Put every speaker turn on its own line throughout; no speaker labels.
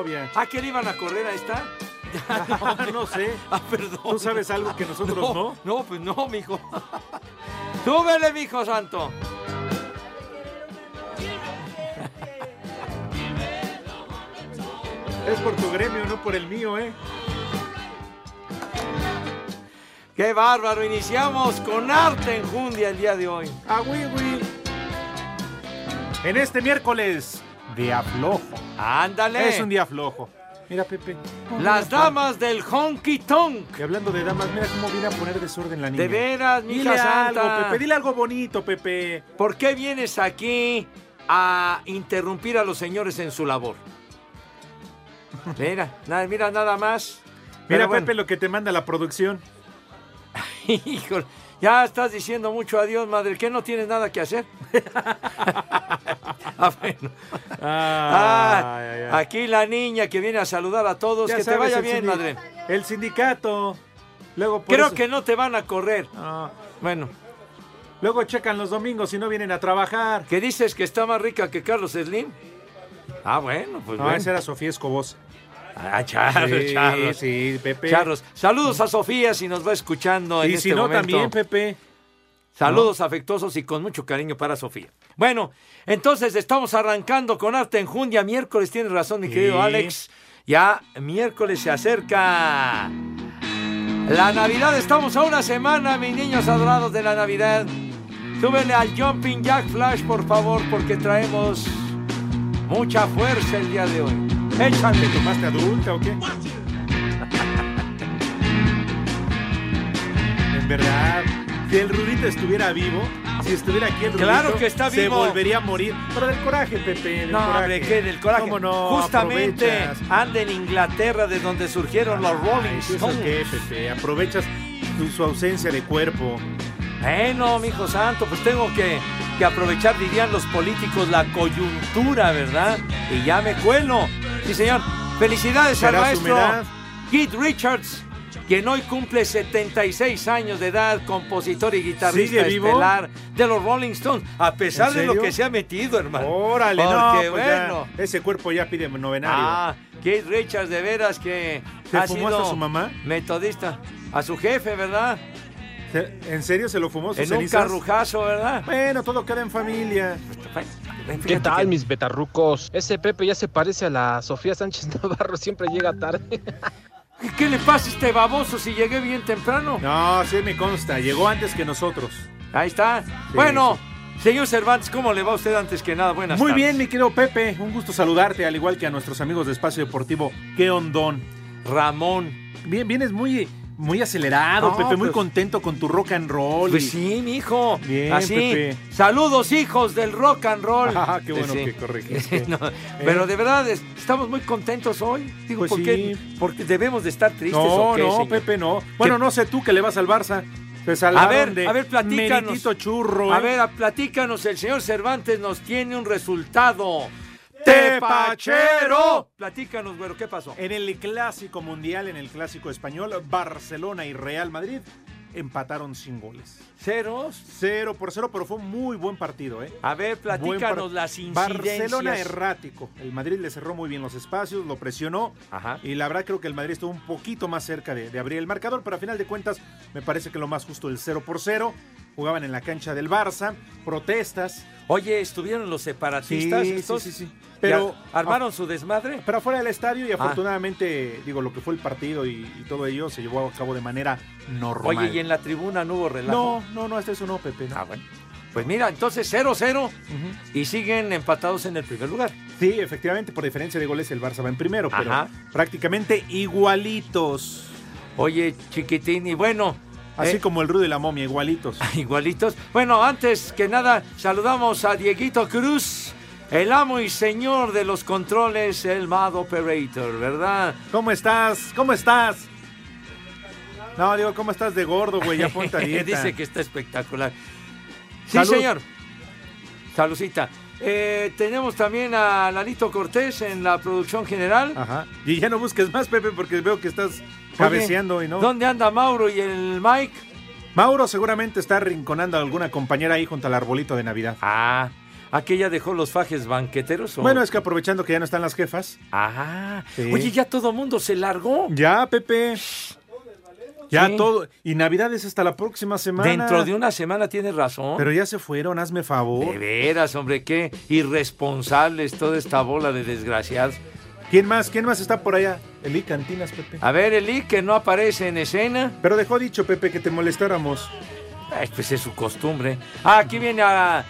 Pues
¿A quién iban a correr a esta?
Ah, no, no sé.
Ah, perdón.
¿Tú sabes algo que nosotros no?
No, no pues no, mijo. Súbele, mijo santo.
Es por tu gremio, no por el mío, ¿eh?
Qué bárbaro. Iniciamos con arte en Jundia el día de hoy.
A Wiwi. Ah, En este miércoles de aflojo.
Ándale.
Es un día flojo. Mira, Pepe.
Las damas del honky tonk.
Y hablando de damas, mira cómo viene a poner desorden la niña.
De veras, mi Dile santa.
algo, Pepe. Dile algo bonito, Pepe.
¿Por qué vienes aquí a interrumpir a los señores en su labor? Mira, nada, mira nada más.
Mira, bueno. Pepe, lo que te manda la producción.
Híjole, ya estás diciendo mucho adiós, madre. ¿Qué no tienes nada que hacer? Ah, bueno. ah, ay, ay, ay. Aquí la niña que viene a saludar a todos. Ya que sabes, te vaya bien, madre.
El sindicato. Luego
Creo eso. que no te van a correr.
No.
Bueno.
Luego checan los domingos si no vienen a trabajar.
¿Qué dices que está más rica que Carlos Slim? Ah, bueno, pues.
No,
bueno.
esa era Sofía Escobos.
Ah, Charlos,
sí,
Charlos.
Sí, Pepe.
Charlos. Saludos a Sofía si nos va escuchando en
y
este
si no,
momento.
también, Pepe.
Saludos no. afectuosos y con mucho cariño para Sofía. Bueno, entonces estamos arrancando con Arte en Jundia. Miércoles tienes razón, mi querido sí. Alex. Ya miércoles se acerca. La Navidad, estamos a una semana, mis niños adorados de la Navidad. Súbele al Jumping Jack Flash, por favor, porque traemos mucha fuerza el día de hoy. Échale.
¿Te tomaste adulta o qué? en verdad. Si el Rudito estuviera vivo, si estuviera aquí el Rudito,
claro que está
se
vivo.
volvería a morir. Pero del coraje, Pepe. Del
no,
coraje.
hombre, ¿qué? Del coraje.
¿Cómo no?
Justamente
Aprovechas. Ah,
anda en Inglaterra, de donde surgieron los Rolling Stones.
¿Eso qué, Pepe? este, Aprovechas tu, su ausencia de cuerpo.
Bueno, mijo santo, pues tengo que, que aprovechar, dirían los políticos, la coyuntura, ¿verdad? Y ya me cuelo. Sí, señor. Felicidades al maestro
humedad?
Keith Richards quien hoy cumple 76 años de edad, compositor y guitarrista estelar de los Rolling Stones, a pesar de lo que se ha metido, hermano.
Órale,
Porque,
no, pues
bueno.
ya, ese cuerpo ya pide novenario.
Ah, Keith Richards, de veras que
¿Se
ha
fumó
sido
hasta su mamá?
metodista. A su jefe, ¿verdad?
¿En serio se lo fumó sus
En un
cenizas?
carrujazo, ¿verdad?
Bueno, todo queda en familia.
Fíjate
¿Qué tal,
que-
mis betarrucos? Ese Pepe ya se parece a la Sofía Sánchez Navarro, siempre llega tarde.
¿Qué- ¿Qué le pasa a este baboso si llegué bien temprano?
No, sí me consta, llegó antes que nosotros.
Ahí está. bueno, señor Cervantes, ¿cómo le va a usted antes que nada? Buenas
Muy
tardes.
bien, mi querido Pepe, un gusto saludarte, al igual que a nuestros amigos de Espacio Deportivo, qué ondón.
Ramón.
Bien, vienes muy, muy acelerado,
No,
Pepe, muy
pues-
contento con tu rock and roll. y-
Pues sí, mi hijo.
Bien,
Así.
Pepe.
Saludos, hijos del rock and roll. Pues
Ah, qué bueno
Sí.
que corregiste. Eh.
No, pero de verdad, es- estamos muy contentos hoy. Digo,
Pues
¿por
sí.
qué? Porque debemos de estar tristes.
No,
¿o qué,
no,
señor?
Pepe, no. Bueno, no sé tú que le vas al Barça. Te
A
salvaron
ver,
de
a ver, platícanos.
meritito churro.
A
¿eh?
ver, a- platícanos, el señor Cervantes nos tiene un resultado.
¡Tepachero!
Platícanos, güero, ¿qué pasó?
En el clásico mundial, en el clásico español, Barcelona y Real Madrid empataron sin goles.
¿Ceros?
Cero por cero, pero fue un muy buen partido, ¿eh?
A ver,
Buen
platícanos
par-
las incidencias.
Barcelona errático. El Madrid le cerró muy bien los espacios, lo presionó.
Ajá.
Y la verdad creo que el Madrid estuvo un poquito más cerca de, de abrir el marcador, pero a final de cuentas me parece que lo más justo el 0 por 0. Jugaban en la cancha del Barça, protestas.
Oye, ¿estuvieron los separatistas? estos?
Pero, ah,
¿Ya ¿Armaron su desmadre?
pero afuera del estadio
Ah.
y afortunadamente, digo, lo que fue el partido y, y todo ello se llevó a cabo de manera normal.
Oye, ¿y en la tribuna no hubo relajo?
No, no, no, hasta eso no, Pepe. no.
Ah, bueno. Pues mira, entonces 0-0 y siguen empatados en el primer lugar.
Sí, efectivamente, por diferencia de goles el Barça va en primero, pero
Ajá.
prácticamente igualitos.
Oye, chiquitín, y bueno.
Así
eh,
como el Rudo y la momia, igualitos.
Igualitos. Bueno, antes que nada, saludamos a Dieguito Cruz, el amo y señor de los controles, el Mad Operator, ¿verdad?
¿Cómo estás? ¿Cómo estás? No, digo, ¿cómo estás de gordo, güey? Ya ponte a dieta.
Dice que está espectacular. Sí,
Salud.
señor. Salucita. Eh, tenemos también a Lalito Cortés en la producción general.
Ajá. Y ya no busques más, Pepe, porque veo que estás cabeceando
Oye,
y no.
¿Dónde anda Mauro y el Mike?
Mauro seguramente está rinconando a alguna compañera ahí junto al arbolito de Navidad.
Ah, aquella dejó los fajes banqueteros. ¿o?
Bueno, es que aprovechando que ya no están las jefas.
Ah,
Sí.
oye, ya todo mundo se largó.
Ya, Pepe. Ya
Sí.
todo. Y Navidad es hasta la próxima semana.
Dentro de una semana tienes razón.
Pero ya se fueron, hazme favor.
De veras, hombre, qué irresponsables toda esta bola de desgraciados.
¿Quién más? ¿Quién más está por allá? Eli Cantinas, Pepe.
A ver, Eli, que no aparece en escena.
Pero dejó dicho, Pepe, que te molestáramos.
Ay, pues es su costumbre. Ah, aquí viene a-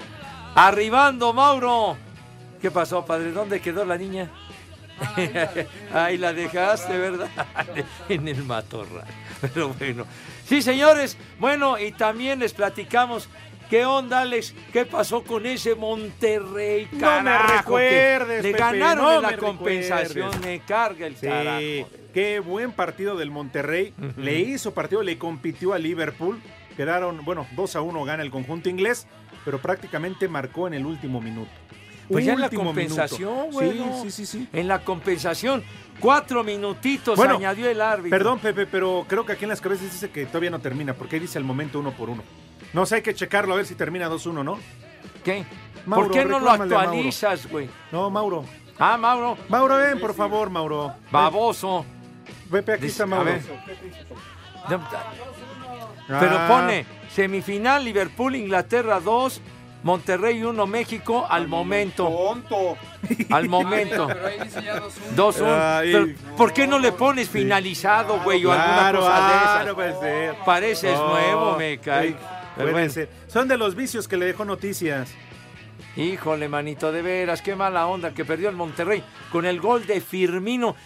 arribando Mauro. ¿Qué pasó, padre? ¿Dónde quedó la niña?
Ah,
Ahí la dejaste, ¿verdad? en el matorral. Pero bueno. Sí, señores. Bueno, y también les platicamos. ¿Qué onda, Alex? ¿Qué pasó con ese Monterrey?
No me
carajo, que
recuerdes,
Le
Pepe,
ganaron
no
en la
me
compensación. eh,
recuerdes.
Me carga el carajo.
Qué buen partido del Monterrey.
Ujú.
Le hizo partido, le compitió a Liverpool. Quedaron, bueno, 2 a 1 gana el conjunto inglés, pero prácticamente marcó en el último minuto.
Pues ya en la
Último minuto.
compensación, bueno.
Sí, sí, sí, sí.
En la compensación, cuatro minutitos
Bueno,
añadió el árbitro.
Perdón, Pepe, pero creo que aquí en las cabezas dice que todavía no termina, porque ahí dice el momento uno por uno. No sé, hay que checarlo a ver si termina 2-1, ¿no?
¿Qué?
Mauro,
¿Por qué no lo
reclámale a Mauro.
actualizas, güey?
No, Mauro.
Ah, Mauro,
Mauro, ven, por favor, Mauro.
baboso.
Pepe, aquí
Dice-
está
a
Mauro.
ver. Pero
Ah,
pone semifinal Liverpool, Inglaterra 2, Monterrey 1, México al momento.
Tonto.
Al momento.
Pero ahí dice ya 2-1.
Ah,
2-1.
Ay.
Pero, ¿Por qué no le pones finalizado, güey, o alguna
Claro,
cosa
ah,
de
no
esa?
puede ser.
Pareces
No,
nuevo, me cae.
sí,
Pero
puede
bueno.
ser. Son de los vicios que le dejó noticias.
Híjole, manito, de veras, qué mala onda que perdió el Monterrey con el gol de Firmino.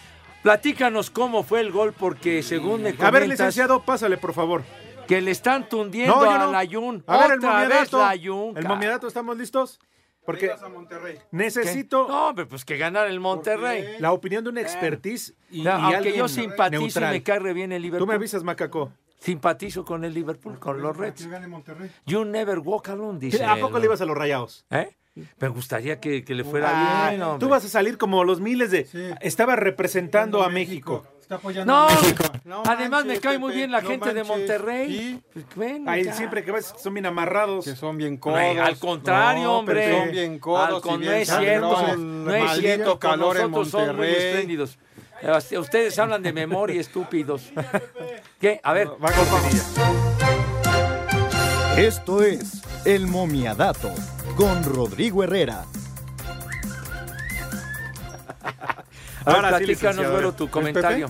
Platícanos cómo fue el gol, porque según me
A ver,
comentas
licenciado, pásale, por favor.
que le están tundiendo
yo
a Layun.
A ver, el
Otra vez
momiadato.
Layun.
El
ca-
momiadato, ¿estamos listos? Porque
a Monterrey.
¿Qué?
necesito
No, hombre, pues que ganar el Monterrey. Eh,
qué?
la opinión de un expertise y,
No,
y
aunque
alguien
yo simpatizo
neutral.
y me cae re bien el
Tú
Liverpool.
me avisas, Macaco.
Simpatizo con el Liverpool, con los Reds.
gane Monterrey.
You never walk alone, dice.
¿A poco
el-
le ibas a los rayados?
¿Eh? Me gustaría que, que le fuera
Ah,
bien, hombre.
tú vas a salir como los miles de...
Sí.
Estaba representando a México.
Está apoyando
No,
a México.
además me
manches,
cae muy
Pepe,
bien la
no
gente de
manches.
Monterrey.
Y
Pues, bueno,
Ahí
ya.
siempre que vas son bien amarrados.
que son bien codos.
Hombre, al contrario,
No,
hombre.
pero Son bien codos.
Al con-
y
no
bien
es cierto.
sabrosos.
No es
Maldito
cierto. Con
calor en
nosotros son muy
Monterrey.
espléndidos. Eh, Ustedes hablan de memoria, estúpidos. ¿Qué? A ver.
Va con Pinilla.
Esto es El Momiadato con Rodrigo Herrera,
A ver,
Ahora sí,
platícanos,
licenciado, a
Güero,
ver.
tu
¿Es
comentario.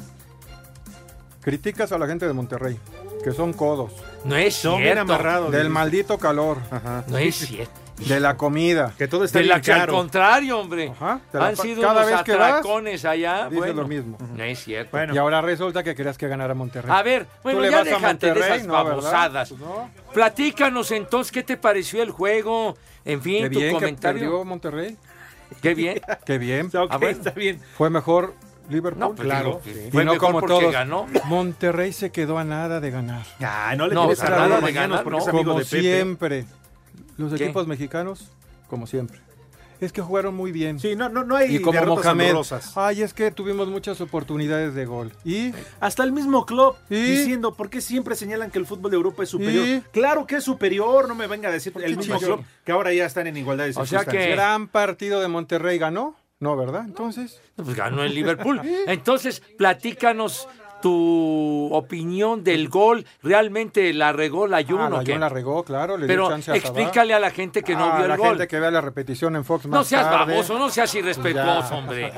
Criticas a la gente de Monterrey, que son codos.
No es
No, bien
cierto.
amarrado.
Del
dice.
maldito calor,
Ajá.
No es cierto.
de la comida.
Que todo está
De
bien
la que al
caro.
contrario, hombre.
Ajá, te la
Han
pa-
sido
cada
unos
vez que vas,
atracones allá.
dices
bueno.
lo mismo.
No es cierto.
Bueno,
Y ahora resulta que querías que ganara Monterrey.
A ver, bueno,
le
ya
vas a
déjate de
Monterrey,
esas
¿no, verdad?
babosadas.
Pues no.
Platícanos entonces qué te pareció el juego. En fin,
Qué
tu
bien que
comentario.
perdió Monterrey.
Qué bien.
Qué bien.
ok,
ah, bueno.
está bien.
Fue mejor Liverpool.
No, pues
Claro,
digo,
sí.
Y
fue
no
mejor
como
porque
todos.
ganó.
Monterrey se quedó a nada de ganar.
Ah, no le
No,
tienes
otra
a nada
vez.
de ganas porque
No,
es amigo
Como
de Pepe.
siempre. Los
¿Qué?
equipos mexicanos, como siempre. Es que jugaron muy bien.
Sí, no, no, no hay
Y como
derrotas
Mohamed,
honrosas.
ay, es que tuvimos muchas oportunidades de gol. Y
Hasta el mismo club
¿Y?
diciendo por qué siempre señalan que el fútbol de Europa es superior.
¿Y?
Claro que es superior, no me venga a decir
qué
el mismo
chillón?
club que ahora ya están en igualdad de
O sea
circunstancias.
que-
gran partido de Monterrey ganó. No, ¿verdad? Entonces,
No, Pues ganó el Liverpool. Entonces, platícanos tu opinión del gol. ¿Realmente la regó la Jun
ah,
o
la
qué?
Jun la regó, claro, le dio
Pero
chance a Sabá.
explícale a la gente que no
Ah,
vio el
la
gol.
gente que vea la repetición en Fox
No
más
seas
tarde.
baboso, no seas irrespetuoso,
Ya.
hombre.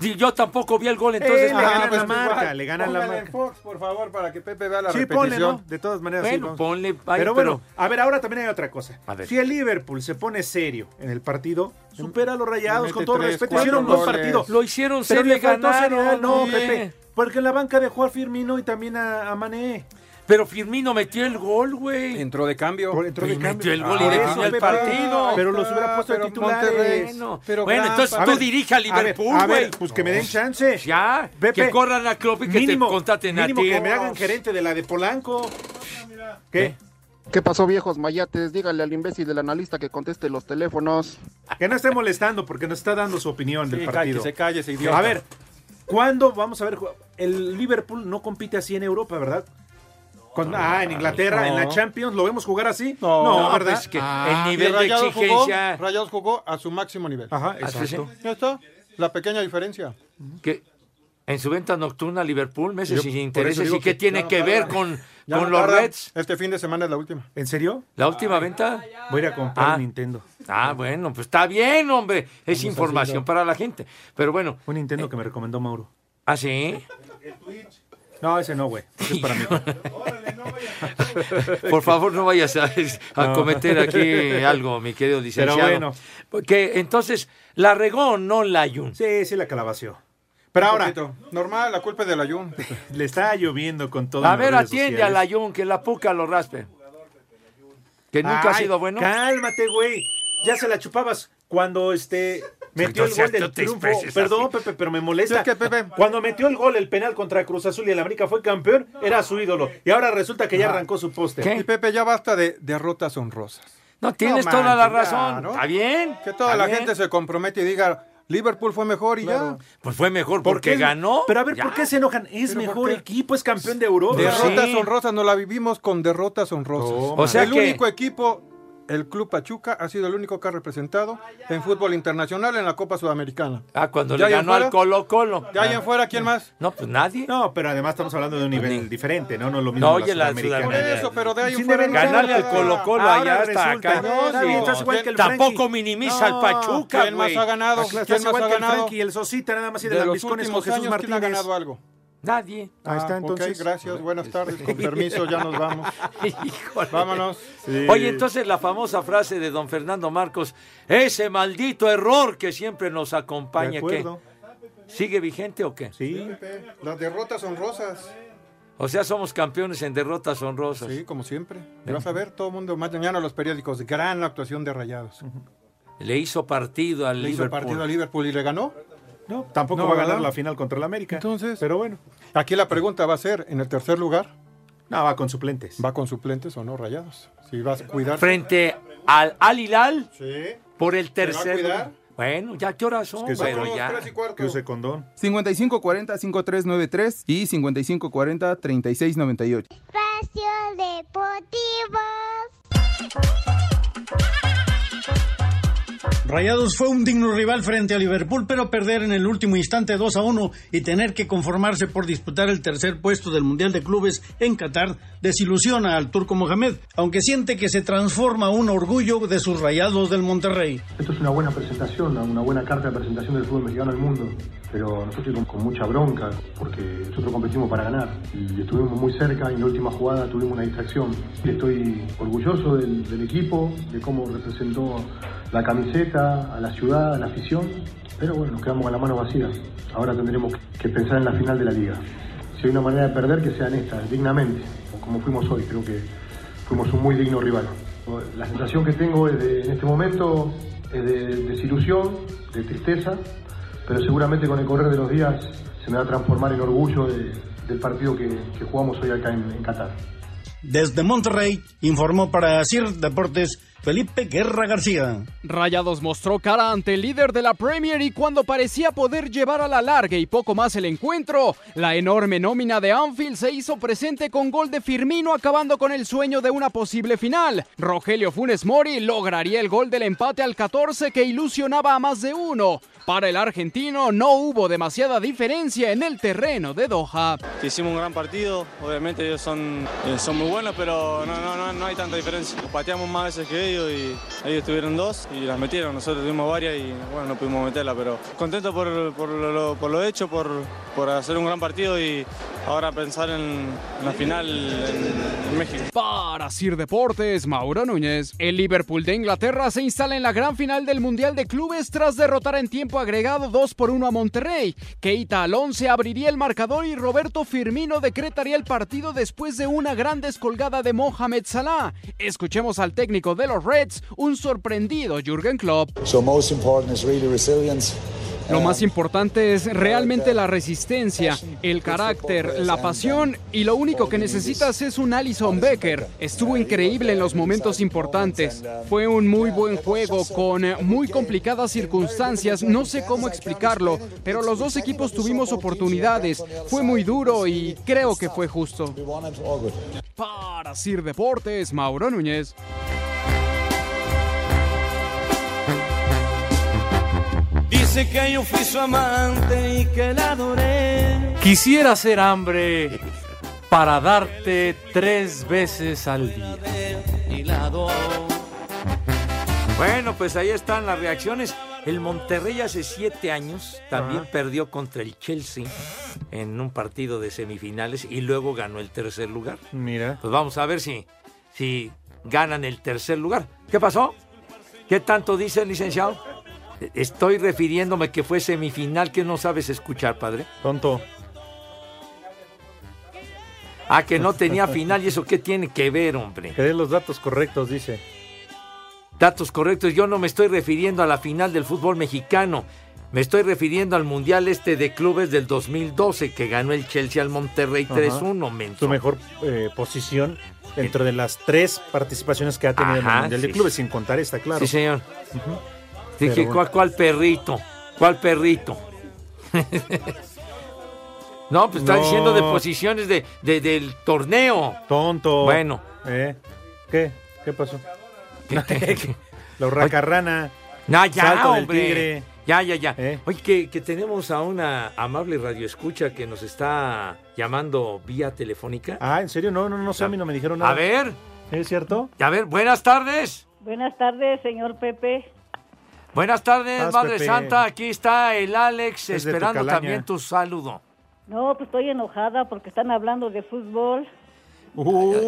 Sí, Yo tampoco vi el gol, entonces.
Eh,
Ah,
le ganan
pues
la
igual,
marca, le ganan la
póngala en
marca.
Fox, por favor, para que Pepe vea la
sí,
repetición.
ponle, ¿no? De todas maneras, sí,
Bueno,
vamos.
ponle. ay,
pero
pero
bueno, a ver, ahora también hay otra cosa.
A ver.
Si el Liverpool se pone serio en el partido, supera a los rayados
Mm. mete
con todo
tres,
respeto.
cuatro
Hicieron un buen
goles.
partido.
lo hicieron
Pero
ser
le
le
faltó seriedad,
ganaron.
no,
hombre.
Pepe. Porque en la banca dejó a Firmino y también a, a Mané.
Pero Firmino metió el gol, güey.
Entró de cambio.
Por- entró de
Pues
cambio.
ah,
metió el gol
Por
y
eso,
definió el
Ah, Pepe.
partido.
Pero los hubiera puesto de
Pero
titulares.
Monterrey-
Bueno,
pero
bueno,
gran
entonces
pa-
tú dirige a Liverpool,
a ver,
güey.
pues que me den chance.
Ya,
Pepe,
que corran a Klopp y que te contraten a ti.
mínimo que me hagan gerente de la de Polanco. ¿Qué?
¿Qué pasó, viejos mayates? Dígale al imbécil del analista que conteste los teléfonos.
Que no esté molestando porque nos está dando su opinión del
Sí,
partido.
que se calle ese idiota.
A ver, ¿cuándo vamos a ver? ju- El Liverpool no compite así en Europa, ¿verdad? Con- ah, en Inglaterra,
no.
en la Champions, ¿lo vemos jugar así?
No,
No,
¿verdad?
pues que
Ah,
el
y
nivel de
Rayados jugó-
exigencia. Ah,
Rayados jugó a su máximo nivel.
Ajá,
Así es,
exacto.
Ya está. La pequeña diferencia.
que en su venta nocturna Liverpool meses
Yo
sin
por eso
intereses
digo
y qué
que
tiene
ya no
que ver
tardan.
con,
Ya
con
no
los
tardan.
Reds.
Este fin de semana es la última.
¿En serio?
La última venta.
Voy a ir a comprar
Ah.
un Nintendo.
Ah, bueno, pues está bien, hombre. Es información para la gente. Pero bueno, eh, ¿Ah,
Un Nintendo que me recomendó Mauro.
así.
No, ese no, güey. Ese es para mí.
Por favor, no vayas a, a cometer aquí algo, mi querido licenciado.
bueno.
Porque entonces, ¿la regó o no la Jun?
Sí, sí, la calabació. Pero
Un
ahora,
poquito. Normal, la culpa es de la Jun.
le está lloviendo con todo. en
A
las
ver,
redes
atiende a
sociales.
la Jun, que la puca lo raspe. Que nunca ha
Ay,
sido bueno.
Cálmate, güey. Ya se la chupabas cuando este metió el gol
seas-
del
no te
triunfo.
expreses
Perdón,
así.
Pepe, pero me molesta.
Es que, Pepe-
Cuando metió el gol el penal contra Cruz Azul y el América fue campeón, era su ídolo. Y ahora resulta que ya arrancó su poste.
¿Qué?
Y Pepe, ya basta de derrotas honrosas.
No, tienes toda la
manches, ya,
razón.
¿no?
Está bien.
Que toda
está
la
bien.
gente se compromete y diga, Liverpool fue mejor y
Pues fue mejor
¿Por
porque
qué?
ganó.
Pero a ver,
Ya.
¿por qué se enojan? Es
¿Pero por
mejor
qué?
equipo, es campeón de Europa.
ya. Derrotas
sí.
honrosas, no la vivimos con derrotas honrosas.
O sea
el
que-
único equipo, el Club Pachuca, ha sido el único que ha representado en fútbol internacional en la Copa Sudamericana.
Ah, cuando
¿Ya ahí
le ganó
afuera?
al Colo Colo.
De ahí en fuera, ¿quién más?
No, pues nadie.
No, pero además estamos hablando de un nivel diferente, ¿no? No es lo mismo.
No, oye, la
Por
Ganarle
eso,
al-
pero de ahí en
Sin
fuera. no
deber
Ganarle al
se
Colo
habla.
Colo
Ahora
allá está
resulta.
cañón.
Está bien, estás igual
que el
Tampoco
Frankie.
minimiza
No,
al Pachuca,
¿Quién más
güey.
ha ganado?
Estás
¿Quién más
igual
ha
que el
ganado?
Frankie y el Sosita, nada más y
De,
de, la
los
Lambiscones con
últimos
Jesús
años, ¿quién ha
Martínez.
ganado algo?
Nadie.
Ahí está,
Ah, ok,
entonces.
gracias, buenas tardes, con permiso, ya nos vamos.
Híjole.
Vámonos.
Oye, entonces la famosa frase de don Fernando Marcos, ese maldito error que siempre nos
De
acompaña, ¿qué?
acuerdo.
¿sigue vigente o qué?
Sí.
Las derrotas son rosas.
O sea, somos campeones en derrotas honrosas. ¿Eh?
Sí, como siempre. Y vas a ver todo el mundo, más mañana los periódicos, gran actuación de Rayados.
Le hizo partido al
Le hizo
Liverpool.
partido a Liverpool y le ganó.
No, tampoco
No,
va a ganar
¿verdad?
la final contra el América.
Entonces-
Pero bueno.
Aquí la pregunta va a ser, en el tercer lugar,
No, va con suplentes.
¿va con suplentes o no Rayados? Si vas a cuidar.
Frente al Al Hilal
Sí.
por el
va a
tercer.
cuidar?
Bueno, ya qué horas son,
que se-
pero ya.
Que use condón.
5540-5393 y 5540-3698.
Espacio Deportivo.
Rayados fue un digno rival frente a Liverpool, pero perder en el último instante 2 a 1 y tener que conformarse por disputar el tercer puesto del Mundial de Clubes en Qatar desilusiona al turco Mohamed, aunque siente que se transforma un orgullo de sus Rayados del Monterrey.
Esto es una buena presentación, una buena carta de presentación del fútbol mexicano al mundo. Pero nosotros íbamos con mucha bronca porque nosotros competimos para ganar y estuvimos muy cerca y en la última jugada tuvimos una distracción. Y Estoy orgulloso del, del equipo, de cómo representó la camiseta, a la ciudad, a la afición, pero bueno, nos quedamos con las manos vacías. Ahora tendremos que pensar en la final de la liga. Si hay una manera de perder, que sea en esta, dignamente, como fuimos hoy, creo que fuimos un muy digno rival. La sensación que tengo es de- en este momento es de desilusión, de tristeza, pero seguramente con el correr de los días se me va a transformar en orgullo de- del partido que, que jugamos hoy acá en- en Qatar.
Desde Monterrey, informó para CIR Deportes Felipe Guerra García.
Rayados mostró cara ante el líder de la Premier y cuando parecía poder llevar a la larga y poco más el encuentro, la enorme nómina de Anfield se hizo presente con gol de Firmino acabando con el sueño de una posible final. Rogelio Funes Mori lograría el gol del empate al 14 que ilusionaba a más de uno. Para el argentino no hubo demasiada diferencia en el terreno de Doha.
Hicimos un gran partido, obviamente ellos son, eh, son muy buenos, pero no, no, no, no hay tanta diferencia. Pateamos más veces que ellos y ellos tuvieron dos y las metieron. Nosotros tuvimos varias y bueno, no pudimos meterla, pero contento por, por lo, por lo hecho, por, por hacer un gran partido y ahora pensar en la final en- en México.
Para Sir Deportes, Mauro Núñez. El Liverpool de Inglaterra se instala en la gran final del Mundial de Clubes tras derrotar en tiempo agregado 2 por 1 a Monterrey. Keita Alonso abriría el marcador y Roberto Firmino decretaría el partido después de una gran descolgada de Mohamed Salah. Escuchemos al técnico de los Reds, un sorprendido Jürgen Klopp.
So most important is really resilience. Uh,
Lo más importante es realmente la resistencia, el carácter, la pasión y lo único que necesitas es un Alison Becker. Estuvo increíble en los momentos importantes. Fue un muy buen juego con eh, muy complicadas circunstancias, no sé cómo explicarlo, pero los dos equipos tuvimos oportunidades. Fue muy duro y creo que fue justo. Para Sir Deportes, Mauro Núñez.
Dice que yo fui su amante y que la adoré.
Quisiera hacer hambre para darte tres veces al día.
Y la adoré.
Bueno, pues ahí están las reacciones. El Monterrey hace siete años también
Ajá.
perdió contra el Chelsea en un partido de semifinales y luego ganó el tercer lugar.
Mira.
Pues vamos a ver si, si ganan el tercer lugar. ¿Qué pasó? ¿Qué tanto dice el licenciado? Estoy refiriéndome que fue semifinal que no sabes escuchar, padre.
Tonto.
Ah, que no tenía final y eso qué tiene que ver, hombre.
Que dé los datos correctos, dice.
Datos correctos, yo no me estoy refiriendo a la final del fútbol mexicano. Me estoy refiriendo al Mundial Este de Clubes del 2012 que ganó el Chelsea al Monterrey
Ajá.
3-1, menso.
Su mejor eh, posición dentro de las tres participaciones que ha tenido en el
Ajá,
Mundial
sí,
de Clubes, sin contar esta, claro.
Sí, señor.
Ujú. Pero
Dije,
bueno.
¿cuál, cuál perrito? ¿Cuál perrito? no, pues está
No.
diciendo de posiciones de, de- del torneo.
Tonto.
Bueno.
¿Eh? ¿Qué? ¿Qué pasó? La hurracarrana.
No, ya,
Salto del
hombre.
tigre. ¿Eh?
Ya, ya, ya. Oye, que, que tenemos a una amable radioescucha que nos está llamando vía telefónica.
Ah, ¿en serio? No, no, no sé, a mí no me dijeron nada.
A ver.
¿Es cierto?
A ver, buenas tardes.
Buenas tardes, señor Pepe.
Buenas tardes,
Paz,
Madre
Pepe.
Santa. Aquí está el Alex
Es de tu
esperando
calaña.
también tu saludo.
No, pues estoy enojada porque están hablando de fútbol.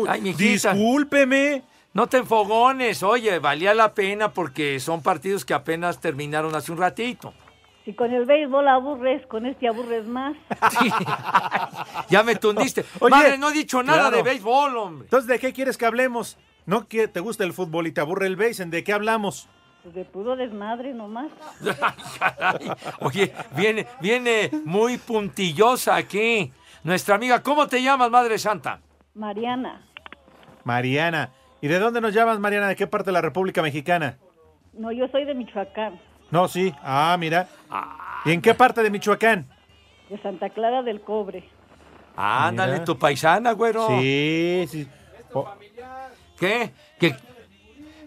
Ay, mijita. Discúlpeme. No te enfogones, oye, valía la pena porque son partidos que apenas terminaron hace un ratito.
Si con el béisbol aburres, con este aburres más.
Ya me tundiste. Madre, no he dicho nada de béisbol, hombre.
Entonces, ¿de qué quieres que hablemos? ¿No que te gusta el fútbol y te aburre el béisbol? ¿De qué hablamos?
Pues de puro desmadre nomás.
Caray, Oye, viene, viene muy puntillosa aquí. Nuestra amiga, ¿cómo te llamas, Madre Santa?
Mariana,
Mariana. ¿Y de dónde nos llamas, Mariana? ¿De qué parte de la República Mexicana?
no, yo soy de Michoacán,
No, sí. Ah, mira. ¿Y en qué parte de Michoacán?
de Santa Clara del Cobre.
Ándale,
Mira.
tu paisana, güero.
Sí, sí. O-
¿Qué? ¿Qué?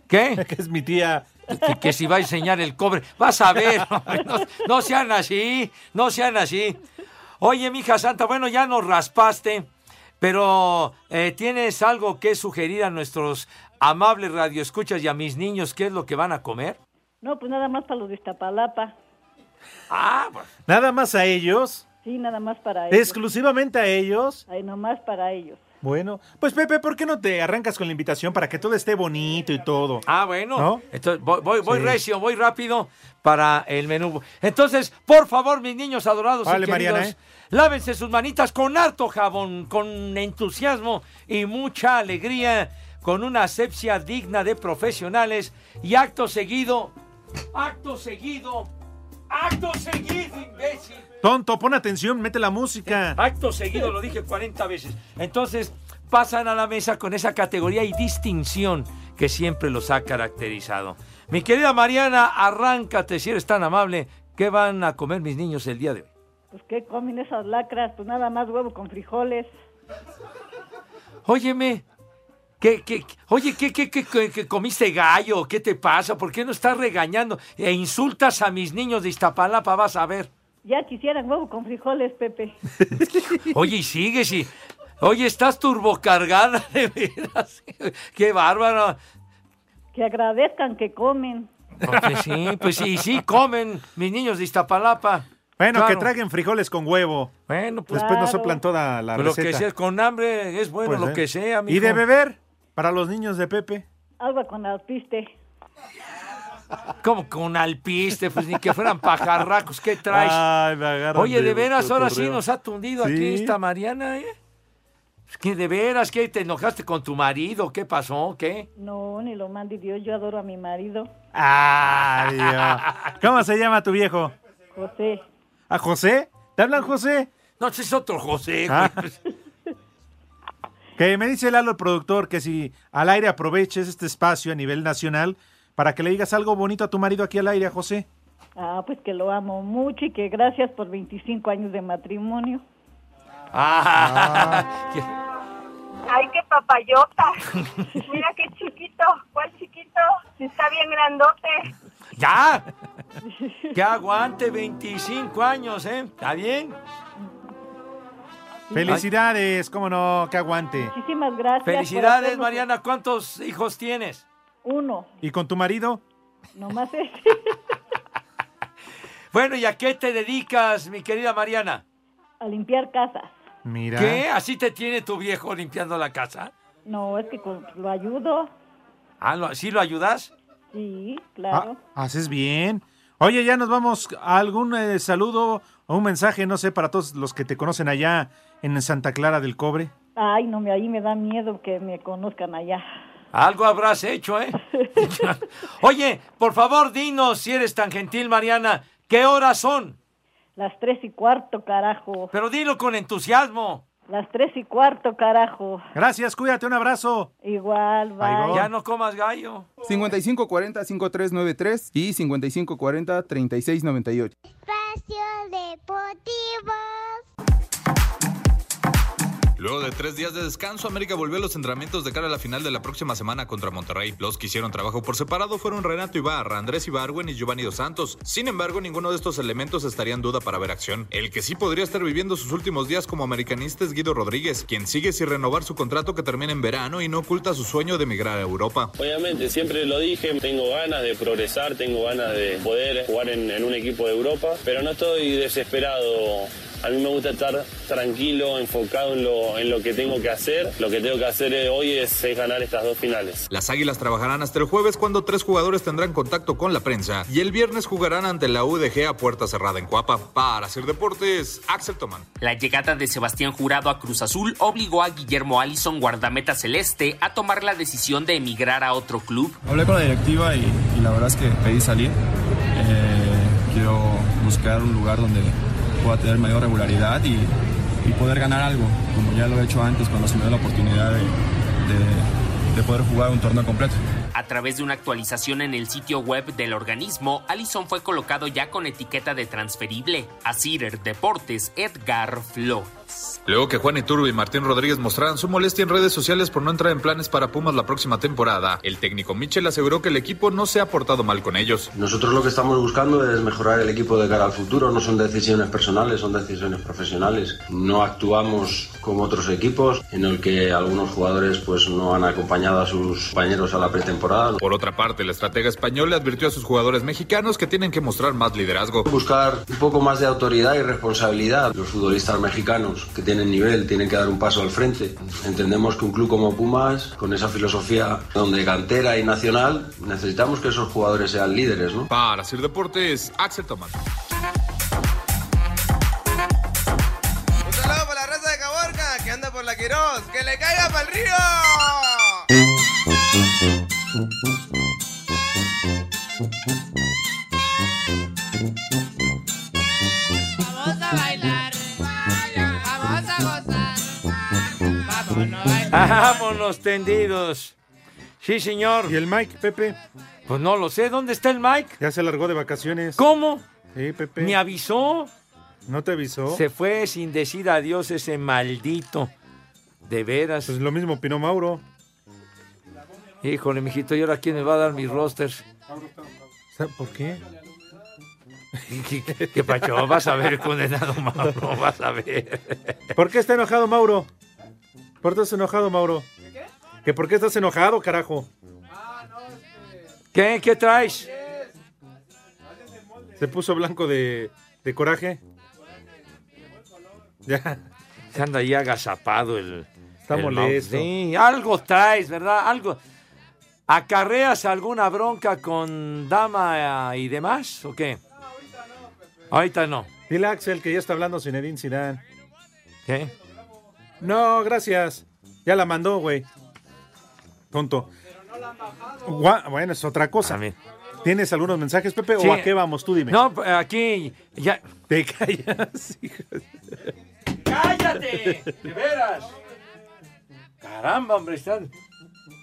¿Qué?
Que es mi tía.
Que, que si va a enseñar el cobre. Vas a ver. hombre, No, no sean así. No sean así. Oye, mija santa, bueno, ya nos raspaste. Pero eh, tienes algo que sugerir a nuestros amables radioescuchas y a mis niños qué es lo que van a comer.
No, pues nada más para los de Iztapalapa.
Ah,
Nada más a ellos,
Sí, nada más para ellos.
exclusivamente a ellos.
Ay, nomás para ellos.
Bueno, pues Pepe, ¿por qué no te arrancas con la invitación para que todo esté bonito y todo?
Ah, bueno.
¿No?
Entonces, voy, voy, voy
Sí.
recio, voy rápido para el menú. Entonces, por favor, mis niños adorados
Vale,
y queridos,
Mariana, ¿eh?
lávense sus manitas con harto jabón, con entusiasmo y mucha alegría, con una asepsia digna de profesionales y acto seguido, acto seguido, acto seguido, imbécil.
Tonto, pon atención, mete la música.
Acto seguido, lo dije 40 veces. Entonces, pasan a la mesa con esa categoría y distinción que siempre los ha caracterizado. Mi querida Mariana, arráncate si eres tan amable. ¿Qué van a comer mis niños el día de hoy?
Pues, ¿qué comen esas lacras? Pues nada más huevo con frijoles.
Óyeme, ¿qué, qué, qué- oye, ¿qué, qué, qué, qué- qué comiste gallo? ¿Qué te pasa? ¿Por qué no estás regañando? E insultas a mis niños de Iztapalapa, vas a ver.
Ya quisieran huevo con frijoles, Pepe.
Oye, y sigues y... Oye, estás turbocargada, de veras. Qué bárbaro.
Que agradezcan que comen.
Porque sí, pues sí, sí comen mis niños de Iztapalapa.
Bueno, que
Claro.
traguen frijoles con huevo.
Bueno, pues.
Después nos
Claro.
soplan toda la
Pues lo
receta.
que sea, con hambre es bueno,
Pues,
lo
¿eh?
que sea, mijo.
¿Y de beber? Para los niños de Pepe.
Agua con alpiste.
Como con alpiste, pues ni que fueran pajarracos, ¿qué traes?
Ay, me agarran
Oye, de veras, ahora sí
cotorreo.
nos ha tundido
Sí.
aquí esta Mariana, ¿eh? Es que de veras, ¿qué? ¿Te enojaste con tu marido? ¿Qué pasó? ¿Qué?
No, ni lo mande Dios. Yo adoro a mi marido,
Ay, Dios. ¿Cómo se llama tu viejo?
José.
¿A José? ¿Te hablan José?
No, ese es otro José.
Ah.
güey.
Que me dice Lalo, el productor, que si al aire aproveches este espacio a nivel nacional para que le digas algo bonito a tu marido aquí al aire, a José.
Ah, pues que lo amo mucho y que gracias por 25 años de matrimonio.
Ah. ¿Qué?
Ay, qué papayota. Mira qué chiquito. ¿Cuál chiquito? Si está bien grandote.
¡Ya! Que aguante 25 años, ¿eh? ¿Está bien?
Felicidades, cómo no, que aguante.
Muchísimas gracias. por
Felicidades,
hacernos-
Mariana. ¿Cuántos hijos tienes?
Uno,
¿Y con tu marido?
nomás es.
Bueno, ¿y a qué te dedicas, mi querida Mariana?
A limpiar casas.
Mira.
¿Qué? ¿Así te tiene tu viejo limpiando la casa?
No, es que con- lo ayudo.
Ah, ¿lo- ¿sí lo ayudas?
Sí, claro.
Ah, Haces bien. Oye, ya nos vamos. ¿A ¿Algún eh, saludo o un mensaje, no sé, para todos los que te conocen allá en Santa Clara del Cobre?
Ay, no, me, ahí me da miedo que me conozcan allá.
Algo habrás hecho, ¿eh? Oye, por favor, dinos, si eres tan gentil, Mariana, ¿qué horas son?
Las tres y cuarto, carajo.
Pero dilo con entusiasmo.
Las tres y cuarto, carajo.
Gracias, cuídate, un abrazo.
Igual, bye.
Ya no comas gallo.
5540-5393 y 5540-3698.
Espacio Deportivo.
Luego de tres días de descanso, América volvió a los entrenamientos de cara a la final de la próxima semana contra Monterrey. Los que hicieron trabajo por separado fueron Renato Ibarra, Andrés Ibargüen y Giovanni Dos Santos. Sin embargo, ninguno de estos elementos estaría en duda para ver acción. El que sí podría estar viviendo sus últimos días como americanista es Guido Rodríguez, quien sigue sin renovar su contrato que termina en verano y no oculta su sueño de emigrar a Europa.
Obviamente, siempre lo dije, tengo ganas de progresar, tengo ganas de poder jugar en, en un equipo de Europa, pero no estoy desesperado. A mí me gusta estar tranquilo, enfocado en lo, en lo que tengo que hacer. Lo que tengo que hacer eh, hoy es- es ganar estas dos finales.
Las Águilas trabajarán hasta el jueves cuando tres jugadores tendrán contacto con la prensa y el viernes jugarán ante la UDG a puerta cerrada en Cuapa. Para hacer deportes, Axel Tomán.
La llegada de Sebastián Jurado a Cruz Azul obligó a Guillermo Allison, guardameta celeste, a tomar la decisión de emigrar a otro club.
Hablé con la directiva y, y la verdad es que pedí salir. Eh, quiero buscar un lugar donde pueda tener mayor regularidad y, y poder ganar algo, como ya lo he hecho antes cuando se me dio la oportunidad de, de- de poder jugar un torneo completo.
A través de una actualización en el sitio web del organismo, Allison fue colocado ya con etiqueta de transferible. A Cider Deportes, Edgar Flores.
Luego que Juan Iturbe y Martín Rodríguez mostraran su molestia en redes sociales por no entrar en planes para Pumas la próxima temporada, el técnico Michel aseguró que el equipo no se ha portado mal con ellos.
Nosotros lo que estamos buscando es mejorar el equipo de cara al futuro. No son decisiones personales, son decisiones profesionales. No actuamos como otros equipos en el que algunos jugadores pues no han acompañado a sus compañeros a la pretemporada.
Por otra parte, el estratega español le advirtió a sus jugadores mexicanos que tienen que mostrar más liderazgo.
Buscar un poco más de autoridad y responsabilidad. Los futbolistas mexicanos que tienen nivel tienen que dar un paso al frente. Entendemos que un club como Pumas, con esa filosofía donde cantera y nacional, necesitamos que esos jugadores sean líderes, ¿no?
Para Sir Deportes, Axel Tomás.
Un saludo para la raza de Caborca que anda por la Quirós. ¡Que le caiga para el río! oh.
Vamos a bailar, vamos a gozar, vámonos.
Vámonos tendidos. Sí, señor. ¿Y
el Mike, Pepe?
Pues no lo sé. ¿Dónde está el Mike?
Ya se largó de vacaciones.
¿Cómo?
Sí, Pepe.
¿Me avisó?
¿No te avisó?
Se fue sin decir adiós ese maldito. De veras.
Pues lo mismo opinó Mauro.
Híjole, mijito, ¿y ahora quién me va a dar mis rosters?
¿Por qué?
¿Qué, qué- qué pacho? Vas a ver, condenado Mauro, vas a ver.
¿Por qué está enojado Mauro? ¿Por qué estás enojado, Mauro? ¿Que por qué estás enojado, carajo?
¿Qué? ¿Qué traes?
¿Se puso blanco de, de coraje? Ya.
Se anda ahí agazapado el.
Está
el Mau-
molesto.
Sí, algo traes, ¿verdad? Algo. ¿Acarreas alguna bronca con dama eh, y demás? ¿O qué? Ahorita no.
Dile a Axel que ya está hablando Zinedine Zidane.
¿Qué?
No, gracias. Ya la mandó, güey. Tonto. Gua- Bueno, es otra cosa. ¿Tienes algunos mensajes, Pepe?
Sí.
¿O a qué vamos? Tú dime.
No, eh, aquí ya.
Te callas, hijo.
¡Cállate! ¡De veras! Caramba, hombre, están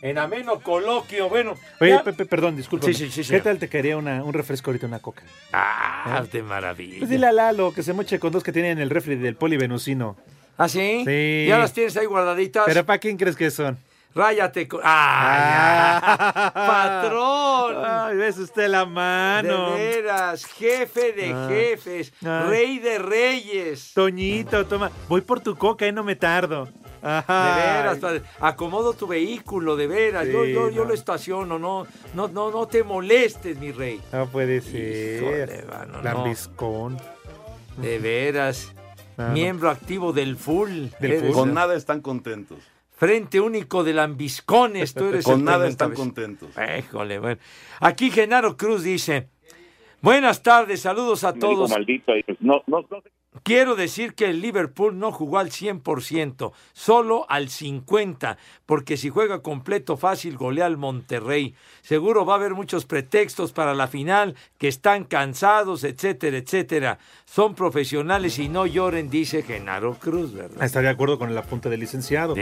en ameno coloquio. Bueno,
Oye,
ya-
Pepe, perdón, disculpa.
Sí, sí, sí,
¿Qué
señor.
tal te quería una, un refresco ahorita, una coca?
Ah, de maravilla.
Pues dile a Lalo que se moche con dos que tiene en el refri del polivenucino.
¿Ah, sí?
Sí.
Ya las tienes ahí guardaditas.
¿Pero para quién crees que son?
Ráyate. co- ¡Ah! ¡Patrón!
Ay, ves usted la mano.
De veras, jefe de
Ah.
jefes,
Ah.
rey de reyes.
Toñito, toma. Voy por tu coca y no me tardo. Ajá.
De veras, padre. acomodo tu vehículo, de veras. yo,
Sí,
yo, yo
no.
lo estaciono, no, no, no, no te molestes, mi rey.
No puede
Híjole,
ser.
mano, no.
Lambiscón.
De veras.
No, no.
Miembro activo del full.
Del
Eres-
fútbol. Con nada están contentos.
Frente único de Lambiscones, tú eres
Con
el
nada
tremendo
están
cabeza.
contentos.
Híjole, bueno. Aquí Genaro Cruz dice: Buenas tardes, saludos a
México
todos.
maldito. y pues, No, no, no sé
Quiero decir que el Liverpool no jugó al 100%, solo al 50%, porque si juega completo fácil golea al Monterrey. Seguro va a haber muchos pretextos para la final, que están cansados, etcétera, etcétera. Son profesionales y no lloren, dice Genaro Cruz, ¿verdad?
Está de acuerdo con el apunte del licenciado.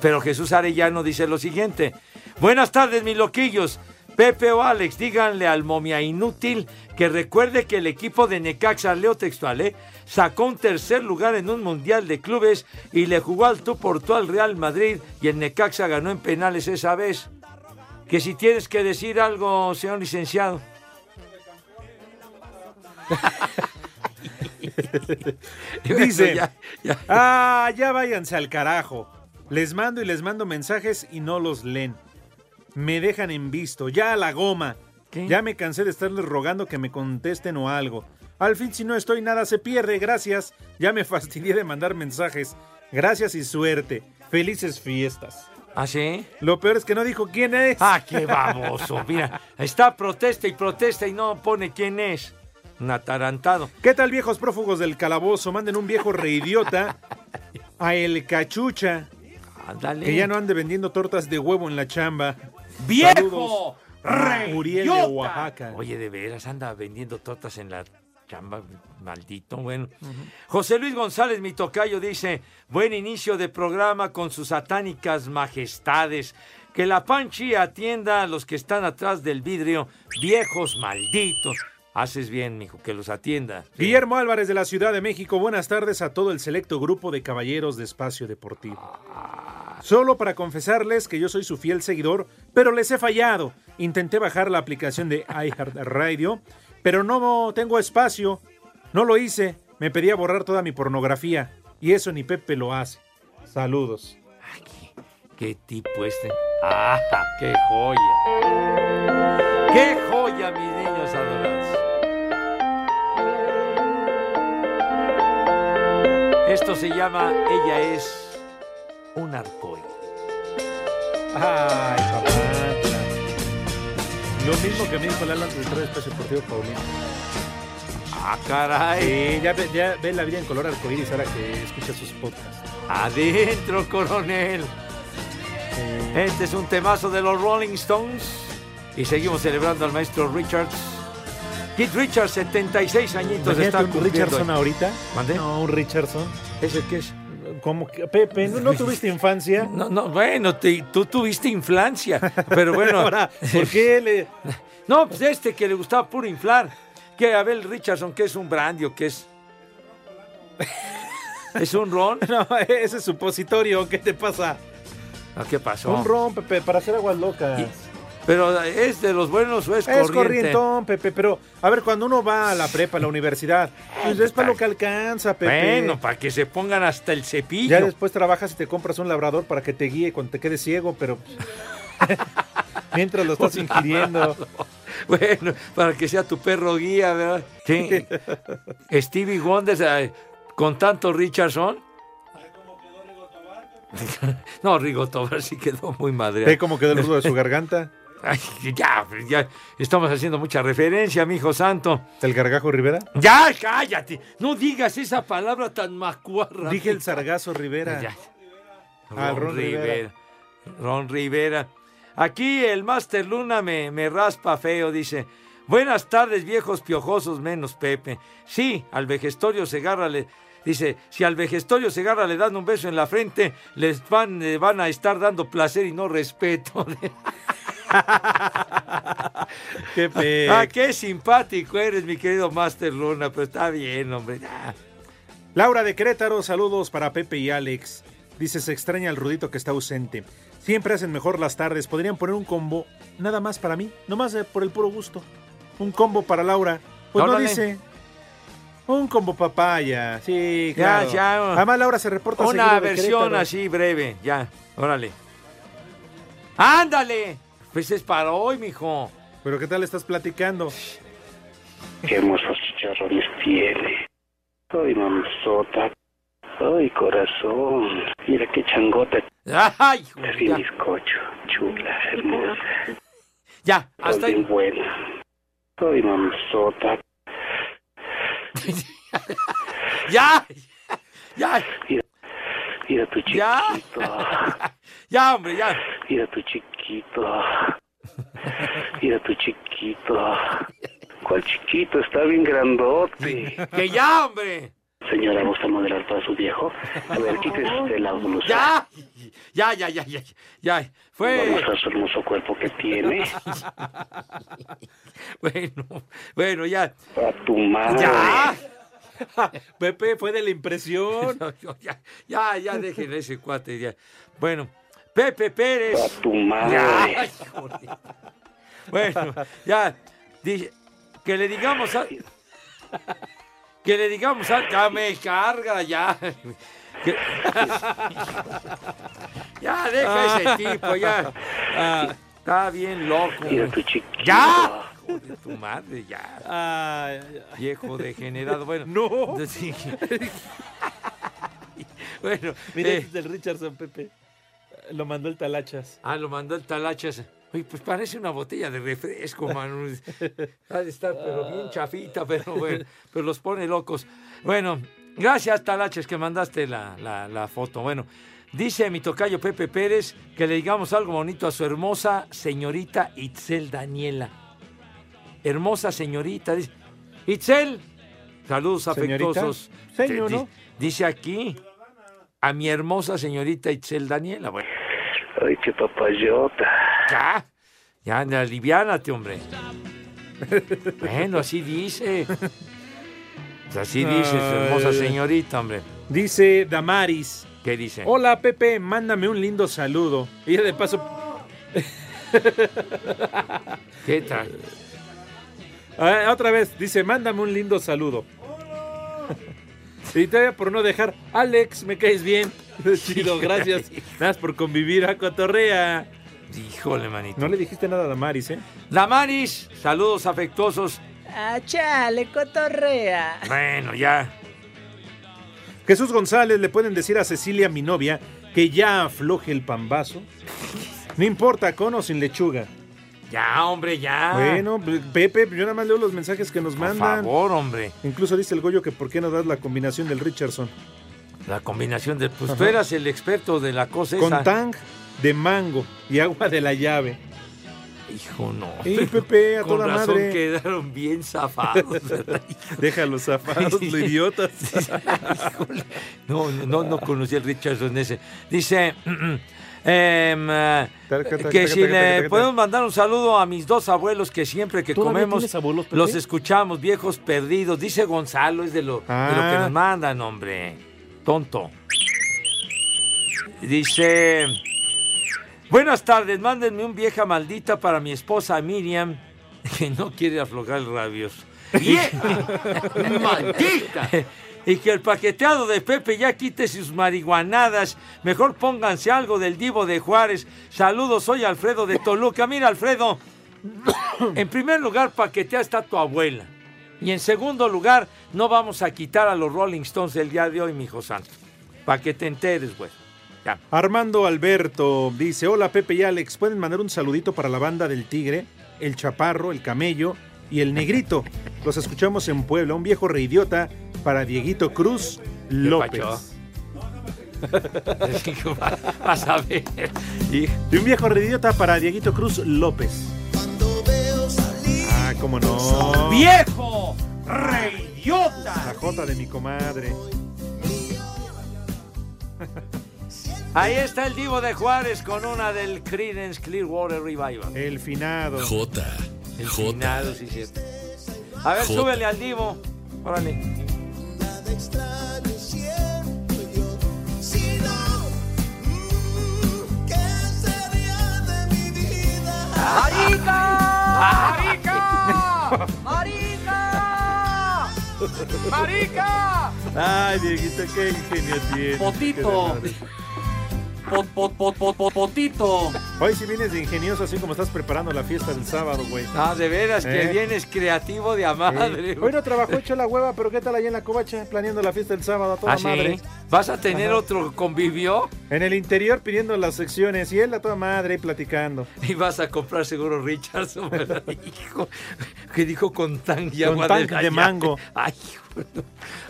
Pero Jesús Arellano dice lo siguiente. Buenas tardes, mis loquillos. Pepe o Alex, díganle al momia inútil que recuerde que el equipo de Necaxa, leo textual, ¿eh? sacó un tercer lugar en un mundial de clubes y le jugó al tú por tú al Real Madrid y el Necaxa ganó en penales esa vez. Que si tienes que decir algo, señor licenciado.
Dice,
Ya,
ah, ya váyanse al carajo. Les mando y les mando mensajes y no los leen. Me dejan en visto, ya a la goma. Ya me cansé de estarles rogando que me contesten o algo. Al fin, si no estoy, nada se pierde, gracias. Ya me fastidié de mandar mensajes. Gracias y suerte. Felices fiestas.
¿Ah, sí?
Lo peor es que no dijo quién es.
Ah, qué baboso. Mira, está protesta y protesta y no pone quién es. Un atarantado.
¿Qué tal, viejos prófugos del calabozo? Manden un viejo reidiota a El Cachucha.
Ándale.
Que ya no ande vendiendo tortas de huevo en la chamba.
¡Viejo!
Saludos, Uriel de
¡Idiota!
Oaxaca.
Oye, de veras, anda vendiendo tortas en la chamba, maldito. Bueno, José Luis González, mi tocayo, dice: Buen inicio de programa con sus satánicas majestades. Que la Panchi atienda a los que están atrás del vidrio, viejos malditos. Haces bien, mijo, que los atienda.
Guillermo Álvarez de la Ciudad de México, buenas tardes a todo el selecto grupo de caballeros de espacio deportivo. Solo para confesarles que yo soy su fiel seguidor, pero les he fallado. Intenté bajar la aplicación de iHeartRadio, pero no tengo espacio. No lo hice. Me pedía borrar toda mi pornografía. Y eso ni Pepe lo hace. Saludos.
Qué tipo este. ¡Ah! ¡Qué joya! ¡Qué joya, mis niños adorados! Esto se llama Ella es un arcoíris.
Ay, papá. Lo mismo que me dijo la lanzadora de Espacio Deportivo Paulino.
¡Ah, caray!
Sí, ya, ve- ya ve la vida en color arcoíris ahora que escucha sus podcasts.
Adentro, coronel. Este es un temazo de los Rolling Stones. Y seguimos celebrando al maestro Richards. Kit Richards, 76 añitos,
Imagínate
está
un
cumpliendo
Richardson
hoy.
ahorita.
¿Mandé?
No, un Richardson.
¿Ese qué es?
Como que, Pepe, ¿no, no tuviste infancia?
No, no, bueno, te- tú tuviste inflancia, pero bueno.
Ahora, ¿por qué le...?
No, pues este que le gustaba puro inflar. Que Abel Richardson, que es un brandy o que es... ¿Es un ron?
No, ese es supositorio. ¿Qué te pasa?
No, ¿Qué pasó?
Un ron, Pepe, para hacer aguas locas.
Pero es de los buenos o es,
Es
corriente.
corrientón, Pepe, pero a ver, cuando uno va a la prepa, a la universidad, pues es para lo que alcanza, Pepe.
Bueno, para que se pongan hasta el cepillo.
ya después trabajas y te compras un labrador para que te guíe cuando te quedes ciego, pero pues, mientras lo estás ingiriendo.
Bueno, para que sea tu perro guía, ¿verdad? Sí. Stevie Wonder eh, con tanto Richardson. No, Rigo Tobar sí quedó muy madre.
Ve cómo quedó el rudo de su garganta.
ya, ya estamos haciendo mucha referencia, mi hijo santo.
¿El gargajo Rivera?
Ya, cállate. No digas esa palabra tan macuarra.
Dije el sargazo Rivera.
Ya.
Ah,
Ron,
Ron
Rivera.
Rivera.
Ron Rivera. Aquí el Master Luna me, me raspa feo, dice. Buenas tardes, viejos piojosos, menos Pepe. Sí, al vejestorio se agarra, le, dice, si al vejestorio se agarra le dan un beso en la frente, les van, le van a estar dando placer y no respeto.
Qué pe-
ah, qué simpático eres, mi querido Master Luna, pero está bien, hombre. ya.
Laura de Querétaro, saludos para Pepe y Alex. Dice, se extraña el rudito que está ausente. Siempre hacen mejor las tardes. Podrían poner un combo, nada más para mí, nomás eh, por el puro gusto. Un combo para Laura. Pues no
Órale.
dice. Un combo papaya. Sí,
Ya,
claro.
ya.
Además, Laura se reporta
Una
seguido de
versión
Querétaro.
así breve, ya, órale. ¡Ándale! Pues es para hoy, mijo.
Pero ¿qué tal estás platicando?
Qué hermosos chicharrones tiene. Ay, mamzota. Ay, corazón. Mira qué changota.
¡Ay, hijo!
Así bizcocho. Chula, hermosa.
Ya,
hasta ahí. buena. Ay, mamzota.
¡Ya! ¡Ya!
Mira, mira tu chiquito.
Ya. ¡Ya, hombre, ya!
Mira tu chiquito. Mira tu chiquito. ¿Cuál chiquito? Está bien grandote.
¡Que ya, hombre!
Señora, ¿gusta moderar todo su viejo? A ver, quítese usted la blusa.
¡Ya! ¡Ya, ya, ya, ya! ¡Ya!
Vamos
¡Fue!
a su hermoso cuerpo que tiene.
Bueno, bueno, ya.
A tu madre.
¡Ya!
Pepe, fue de la impresión.
No, yo ya, ya, ya, dejen a ese cuate. Ya. Bueno, Pepe Pérez.
A tu madre.
Ya, híjole. bueno, ya. Dice, que le digamos a. Que le digamos a. Ya me carga, ya. Que- ya, deja a ese tipo, ya. Ah, Está bien loco.
Mira tu chiquito.
¡Ya! Hijo de tu madre, ya.
Ah,
Viejo degenerado. Bueno,
No.
sí. bueno,
Mira,
eh,
este es del Richardson, Pepe. Lo mandó el Talachas.
Ah, lo mandó el Talachas. Oye, pues parece una botella de refresco, Manu. Ha de estar,
Ah.
pero bien chafita, pero bueno, pero los pone locos. Bueno, gracias, Talachas, que mandaste la, la- la foto. Bueno, dice mi tocayo Pepe Pérez que le digamos algo bonito a su hermosa señorita Itzel Daniela. Hermosa señorita, dice. Itzel, saludos
Señorita.
afectuosos.
Señor,
Te- di-
¿no?
Dice aquí a mi hermosa señorita Itzel Daniela. Bueno.
Ay, qué papayota.
Ya, ya, ya, aliviánate, hombre. Bueno, así dice. Pues Así dices, hermosa
Ay.
señorita, hombre.
Dice Damaris.
¿Qué dice?
Hola Pepe, mándame un lindo saludo. Y de paso.
¿Qué tal?
Ah, otra vez, dice, mándame un lindo saludo. Y todavía por no dejar, Alex, me caes bien. Chido, gracias. Nada más por convivir a Cotorrea.
Híjole, manito.
No le dijiste nada a Damaris, ¿eh?
Damaris, saludos afectuosos.
Ah, chale, cotorrea.
Bueno, ya.
Jesús González, le pueden decir a Cecilia, mi novia, que ya afloje el pambazo. No importa, con o sin lechuga.
Ya, hombre, ya.
Bueno, Pepe, yo nada más leo los mensajes que nos
por
mandan.
favor, hombre.
Incluso dice el Goyo que por qué no das la combinación del Richardson.
La combinación de. Pues tú
Ajá.
eras el experto de la cosa
Con
esa.
tang de mango y agua de la llave.
Hijo, no.
Ey, Pepe, a
Con
toda
razón
madre.
quedaron bien zafados, ¿verdad?
Déjalos zafados, lo idiotas.
Híjole. no, no, no, no conocí al Richardson ese. Dice. mm, em, eh,
taca,
que
taca,
si
taca, taca,
le
taca.
podemos mandar un saludo a mis dos abuelos que siempre que
¿Todavía
comemos
tienes abuelos, Pepe?
los escuchamos, viejos perdidos. Dice Gonzalo, es de lo, de lo que
Ah.
nos mandan, hombre. Tonto. Dice. Buenas tardes, mándenme un vieja maldita para mi esposa Miriam, que no quiere aflojar el rabioso. ¡Maldita! Y que el paqueteado de Pepe ya quite sus marihuanadas. Mejor pónganse algo del Divo de Juárez. Saludos, soy Alfredo de Toluca. Mira, Alfredo, en primer lugar, paquetea está tu abuela. Y en segundo lugar, no vamos a quitar a los Rolling Stones el día de hoy, mijo santo. Para que te enteres, güey. Ya.
Armando Alberto dice: Hola Pepe y Alex, ¿pueden mandar un saludito para la banda del Tigre, el Chaparro, el Camello y el Negrito? Los escuchamos en Puebla, un viejo reidiota para Dieguito Cruz
pacho?
López.
Vas a ver. Hijo.
Y un viejo reidiota para Dieguito Cruz López. Ah, cómo no.
¡Viejo! ¡Rey
La jota de mi comadre.
Ahí está el Divo de Juárez con una del Creedence Clearwater Revival.
El finado.
J. El finado, sí, cierto. A ver,
Jota.
súbele al Divo. Órale.
mm,
¡Marica! ¡Marica! ¡Marica!
Ay, Dieguito, qué ingenio tiene.
Potito. Pot, pot, pot, pot, pot, potito.
Hoy sí vienes de ingenioso, así como estás preparando la fiesta del sábado, güey.
Ah, de veras que
Eh.
vienes creativo de a madre.
Eh, Hoy no trabajó hecho la hueva, pero ¿qué tal ahí en la covacha planeando la fiesta del sábado a toda
¿Ah, sí?
madre?
¿Vas a tener
Ajá.
otro convivio?
En el interior pidiendo las secciones y él a toda madre ahí platicando.
Y vas a comprar seguro Richardson, ¿verdad? Hijo, que dijo con tan y
Con
agua
tanque
la
de
llave.
mango.
Ay, hijo, no.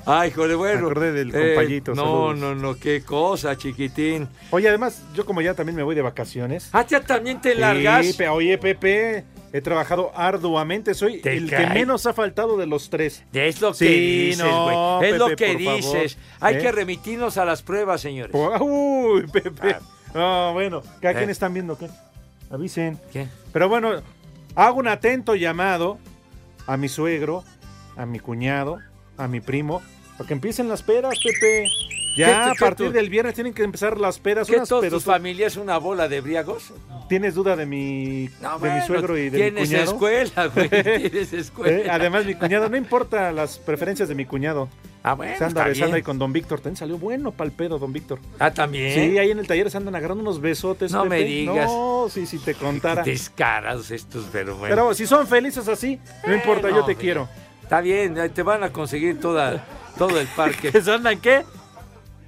Ay, jole, bueno.
Me acordé del
Eh,
compayito,
No,
saludos.
no, no, qué cosa, chiquitín.
Oye, además, yo como ya también me voy de vacaciones.
Ah, ya también te
Sí,
largas.
pe- oye, Pepe, he trabajado arduamente, soy
Te
el
cae.
que menos ha faltado de los tres.
Es lo que
Sí,
dices, güey.
no,
es lo
Pepe,
que
por favor.
dices. Hay
¿Eh?
que remitirnos a las pruebas, señores.
Uy, Pepe. Ah, bueno, ¿a
Eh.
quién están viendo? ¿Qué? Avisen.
¿Qué?
Pero bueno, hago un atento llamado a mi suegro, a mi cuñado, a mi primo, para que empiecen las peras, Pepe. Ya
¿Qué-
a
qué-
partir
tú-
del viernes tienen que empezar las peras.
¿Qué
Unas
todos tus
peras.
familia es una bola de briagos?
¿Tienes duda de mi, de mi
bueno,
suegro y de mi
tienes
cuñado?
escuela, güey, tienes escuela.
Eh, Además, mi cuñado, no importa las preferencias de mi cuñado.
Ah, bueno,
Se anda
está
besando
bien.
ahí con don Víctor. También salió bueno pal pedo, don Víctor.
Ah, también.
Sí, ahí en el taller se andan agarrando unos besotes.
No me
Pepe.
digas.
No, sí, si te contara.
Descarados estos, pero bueno.
Pero si son felices así,
Eh,
no importa, yo
Bueno,
te
mira,
quiero.
Está bien, eh, te van a conseguir toda, todo el parque.
¿Que se andan qué?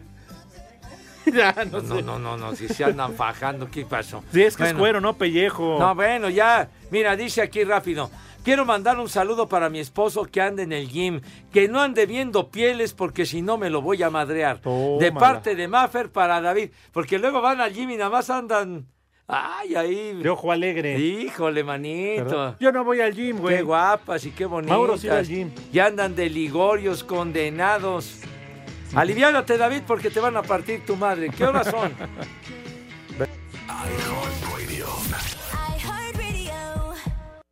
ya, no,
No, no,
sé.
no, no, no, si se andan fajando, ¿qué pasó?
Sí, es que es
Bueno.
cuero, no pellejo.
No, bueno, ya. Mira, dice aquí rápido. Quiero mandar un saludo para mi esposo que anda en el gym. Que no ande viendo pieles porque si no me lo voy a madrear. De
Tómala.
parte de Maffer para David. Porque luego van al gym y nada más andan... Ay, ahí.
De ojo alegre.
Híjole, manito.
¿verdad? Yo no voy al gym, güey.
Qué guapas y qué bonitas.
Mauro sí va al gym.
Ya andan de ligorios condenados. Aliviánate, David, porque te van a partir tu madre. ¿Qué horas son?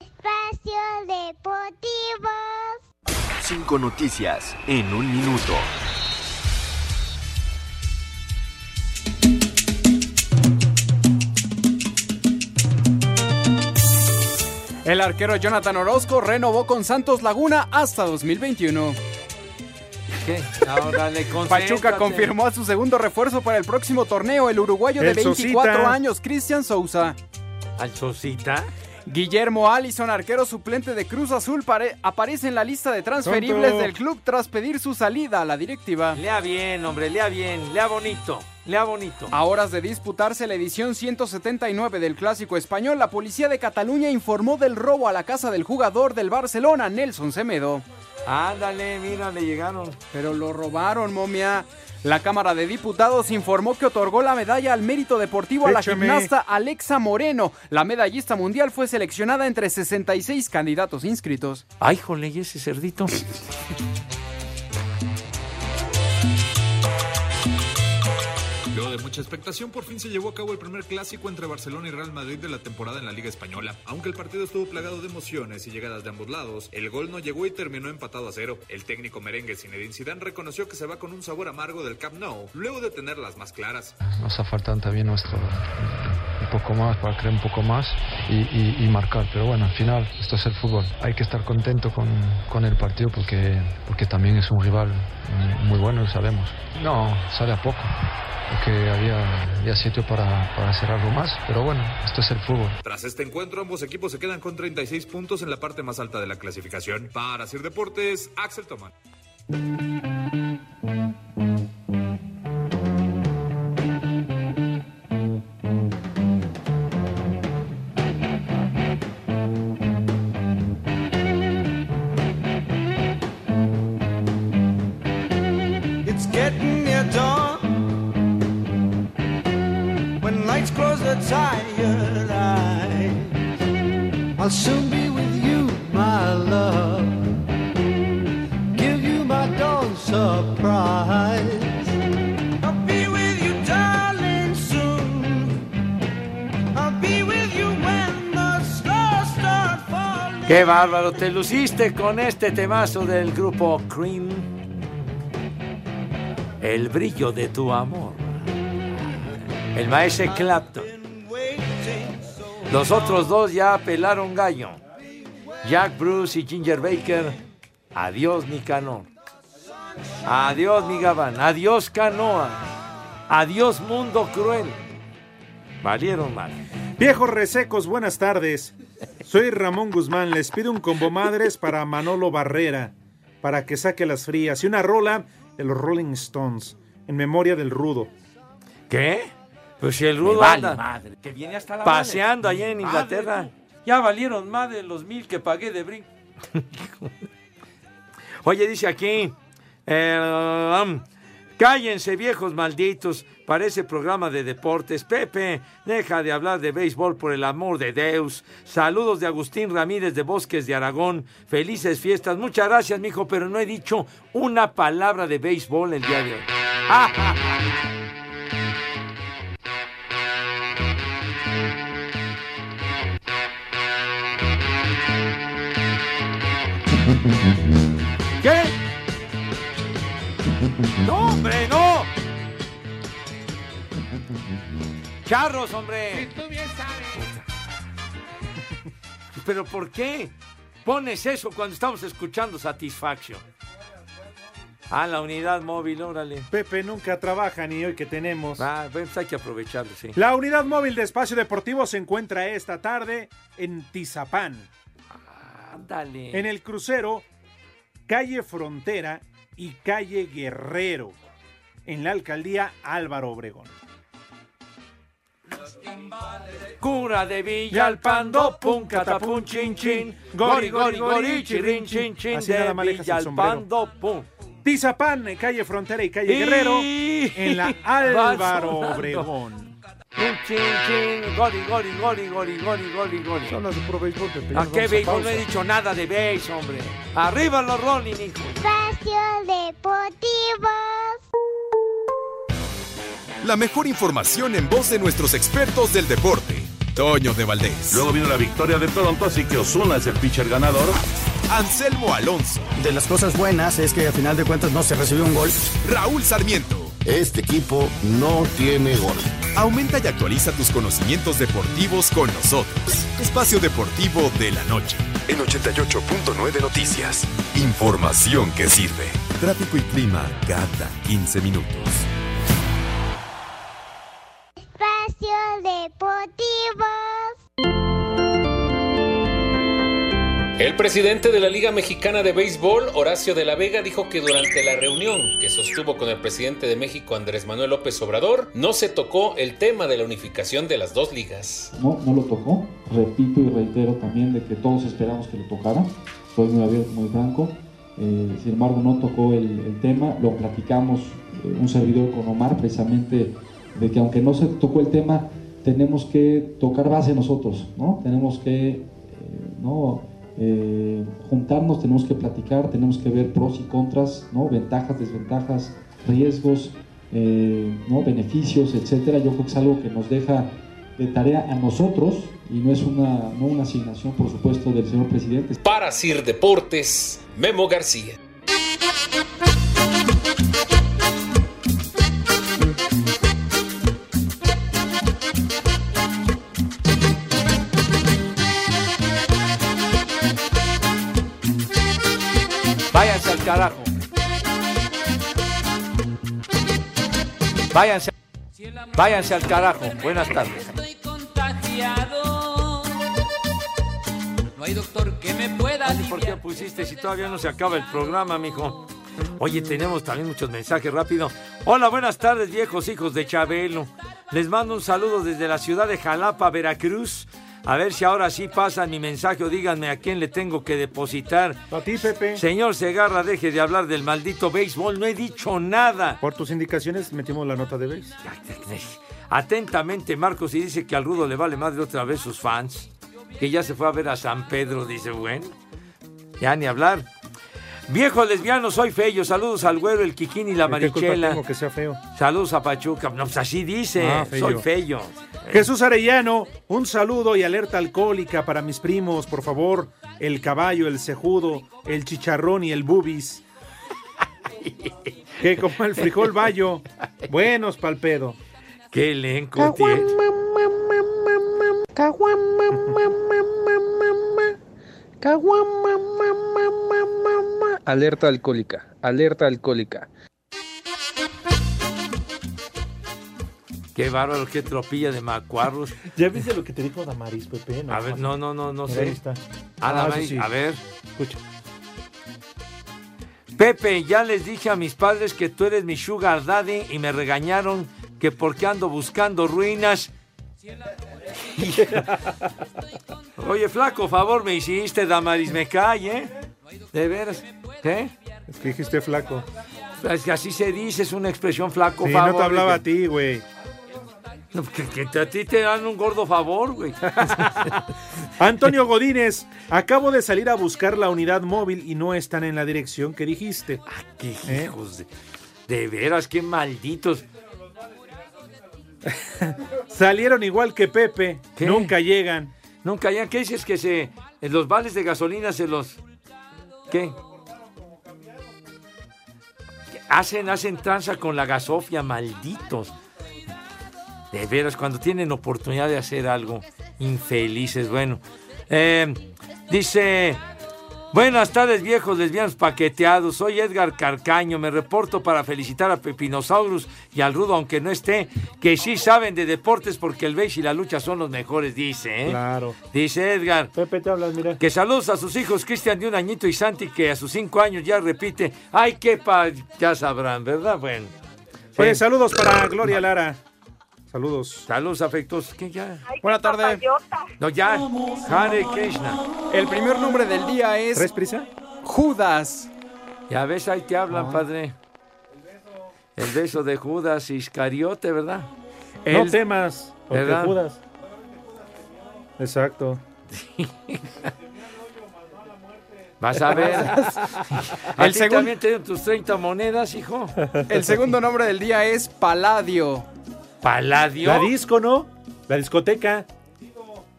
Espacio deportivos.
Cinco noticias en un minuto.
El arquero Jonathan Orozco renovó con Santos Laguna hasta 2021.
Ahora le concéntrate.
Pachuca confirmó a su segundo refuerzo para el próximo torneo, el uruguayo de
El
24
Sosita.
años, Cristian Sousa.
al Sosita.
Guillermo Allison, arquero suplente de Cruz Azul, pare- aparece en la lista de transferibles
Tonto.
del club tras pedir su salida a la directiva.
Lea bien, hombre, lea bien, lea bonito, lea bonito.
A horas de disputarse la edición 179 del Clásico Español, la policía de Cataluña informó del robo a la casa del jugador del Barcelona, Nelson Semedo.
Ándale, mira, le llegaron.
Pero lo robaron, momia. La Cámara de Diputados informó que otorgó la medalla al mérito deportivo a la
Échame.
gimnasta Alexa Moreno. La medallista mundial fue seleccionada entre 66 candidatos inscritos.
Ay, jole, ¿y ese cerdito.
Luego de mucha expectación, por fin se llevó a cabo el primer clásico entre Barcelona y Real Madrid de la temporada en la Liga Española. Aunque el partido estuvo plagado de emociones y llegadas de ambos lados, el gol no llegó y terminó empatado a cero. El técnico merengue Zinedine Zidane reconoció que se va con un sabor amargo del Camp Nou, luego de tener las más claras.
Nos ha faltado también nuestro un poco más para creer un poco más y, y- y marcar. Pero bueno, al final esto es el fútbol. Hay que estar contento con, con el partido porque, porque también es un rival mm, muy bueno, lo sabemos. No, sale a poco porque había, había sitio para, para hacer algo más. Pero bueno, esto es el fútbol.
Tras este encuentro, ambos equipos se quedan con 36 puntos en la parte más alta de la clasificación. Para Sir Deportes, Axel Tomán.
It's getting near dawn. When lights close the tired eyes, I'll soon be with you, my love. Give you my dawn surprise. I'll be with you, darling, soon. I'll be with you when the stars start falling.
Qué bárbaro, te luciste con este temazo del grupo Cream. El brillo de tu amor. El maestro Clapton. Los otros dos ya pelaron gallo. Jack Bruce y Ginger Baker. Adiós, mi canón. Adiós, mi gabán. Adiós, canoa. Adiós, mundo cruel. Valieron mal.
Viejos resecos, buenas tardes. Soy Ramón Guzmán, les pido un combo madres para Manolo Barrera, para que saque las frías y una rola de los Rolling Stones, en memoria del rudo.
¿Qué? Pues si el rudo anda-
que viene hasta la
paseando
madre.
allá en
Madre,
Inglaterra. ya valieron más de los mil que pagué de brinco. Oye, dice aquí, eh, um, cállense viejos malditos, parece programa de deportes. Pepe, deja de hablar de béisbol por el amor de Deus. Saludos de Agustín Ramírez de Bosques de Aragón. Felices fiestas. Muchas gracias, mijo, pero no he dicho una palabra de béisbol el día de hoy. Ah, ah, ah. ¿Qué? ¡No, hombre, no! ¡Charros, hombre! ¿Pero por qué pones eso cuando estamos escuchando Satisfaction? Ah, la unidad móvil, órale.
Pepe nunca trabaja ni hoy que tenemos.
Ah, pues hay que aprovecharlo, sí.
La unidad móvil de espacio deportivo se encuentra esta tarde en Tizapán.
Ándale.
En el crucero, calle Frontera y calle Guerrero, en la alcaldía Álvaro Obregón.
Cura de Villa al pando, pun, catapun, chin, chin. Gori, gori, gori, chirin, chin, chin.
Así
De
nada más dejas el
Villa al
sombrero.
pando, pum.
Tizapán, calle Frontera y calle
Y-
Guerrero, en la Álvaro
Va sonando.
Obregón.
Un chin, chin, gori, gori, gori, gori, gori, gori, gori.
Hablas de puro béisbol, Pepe.
¿A qué béisbol? No he dicho nada de béis, hombre. Arriba los Ronin, hijo.
Espacio deportivos.
La mejor información en voz de nuestros expertos del deporte. Toño de Valdés.
Luego vino la victoria de Toronto, así que Osuna es el pitcher ganador.
Anselmo Alonso.
De las cosas buenas es que a final de cuentas no se recibió un gol.
Raúl Sarmiento.
Este equipo no tiene gol.
Aumenta y actualiza tus conocimientos deportivos con nosotros. Espacio Deportivo de la Noche.
En 88.9 Noticias.
Información que sirve. Tráfico y clima cada 15 minutos.
Espacio Deportivo.
El presidente de la Liga Mexicana de Béisbol, Horacio de la Vega, dijo que durante la reunión que sostuvo con el presidente de México, Andrés Manuel López Obrador, no se tocó el tema de la unificación de las dos ligas.
No, no lo tocó. Repito y reitero también de que todos esperamos que lo tocara. Soy muy abierto, muy franco. Eh, sin embargo, no tocó el, el tema. Lo platicamos eh, un servidor con Omar, precisamente, de que aunque no se tocó el tema, tenemos que tocar base nosotros, ¿no? Tenemos que, eh, ¿no? Eh, juntarnos, tenemos que platicar, tenemos que ver pros y contras, ¿no? ventajas, desventajas, riesgos, eh, ¿no? beneficios, etcétera. Yo creo que es algo que nos deja de tarea a nosotros y no es una, no una asignación, por supuesto, del señor presidente.
Para Sir Deportes, Memo García.
Váyanse al carajo. Váyanse. Váyanse al carajo. Buenas tardes.
Estoy contagiado. No hay doctor que me pueda
Oye, ¿Por qué pusiste si todavía no se acaba el programa, mijo? Oye, tenemos también muchos mensajes rápido. Hola, buenas tardes, viejos hijos de Chabelo. Les mando un saludo desde la ciudad de Jalapa, Veracruz. A ver si ahora sí pasan mi mensaje o díganme a quién le tengo que depositar.
A ti, Pepe.
Señor Segarra, deje de hablar del maldito béisbol. No he dicho nada.
Por tus indicaciones metimos la nota de béis.
Eh, Atentamente, Marcos, y dice que al Rudo le vale madre otra vez sus fans. Que ya se fue a ver a San Pedro, dice, bueno. Ya ni hablar. Viejo lesbiano, soy feo. Saludos al güero, el Kikín y la
¿De qué culpa
Marichela.
tengo que sea feo?
Saludos a Pachuca. No, pues así dice.
Ah, feyo.
soy feo.
Jesús Arellano, un saludo y alerta alcohólica para mis primos, por favor. El caballo, el cejudo, el chicharrón y el bubis. que como el frijol bayo. Buenos palpedo.
Qué elenco tiene.
Alerta alcohólica, alerta alcohólica.
Qué bárbaro, qué tropilla de macuarros.
¿Ya viste lo que te dijo Damaris, Pepe?
A ver, no, no, no, no
Mira, ahí
sé.
está.
Ah,
Ah,
Damaris,
eso sí.
a ver.
Escucha.
Pepe, ya les dije a mis padres que tú eres mi sugar daddy y me regañaron que porque ando buscando ruinas. Oye, flaco, favor me hiciste, Damaris, me calle. ¿eh? De veras. ¿Eh?
Es que dijiste flaco.
Es que así se dice, es una expresión flaco,
Sí,
favor.
no te hablaba a ti, güey.
No, Que, que te- a ti te dan un gordo favor, güey.
Antonio Godínez, acabo de salir a buscar la unidad móvil y no están en la dirección que dijiste.
Ah,
¿Eh?
Qué hijos de... De veras, qué malditos.
Salieron igual que Pepe. Nunca llegan.
Nunca llegan. ¿Qué dices que se... en los vales de gasolina se los... ¿Qué? Hacen, hacen tranza con la gasofia, malditos. De veras, cuando tienen oportunidad de hacer algo, infelices. Bueno, Eh, dice, buenas tardes viejos lesbianos paqueteados, soy Edgar Carcaño, me reporto para felicitar a Pepinosaurus y al Rudo, aunque no esté, que sí saben de deportes porque el beige y la lucha son los mejores, dice. ¿eh?
Claro.
Dice Edgar.
Pepe, te hablas, mira.
Que saludos a sus hijos, Cristian de un añito y Santi, que a sus cinco años ya repite, ay, qué pa... Ya sabrán, ¿verdad? Bueno.
Oye,
Sí.
saludos para Gloria Lara. Saludos.
Saludos afectos. ¿Qué ya?
Buenas tardes.
No, ya. Hare Krishna.
El primer nombre del día
¿Tres
es
prisa? Ah.
Judas.
Ya ves, ahí te hablan, padre. El beso de Judas Iscariote, ¿verdad?
No temas. o te
¿Verdad?
judas. Exacto.
Vas a ver.
El
el ti
segundo-
también te dieron tus 30 monedas, hijo.
El segundo nombre del día es Paladio.
Paladio.
La disco, ¿no? La discoteca.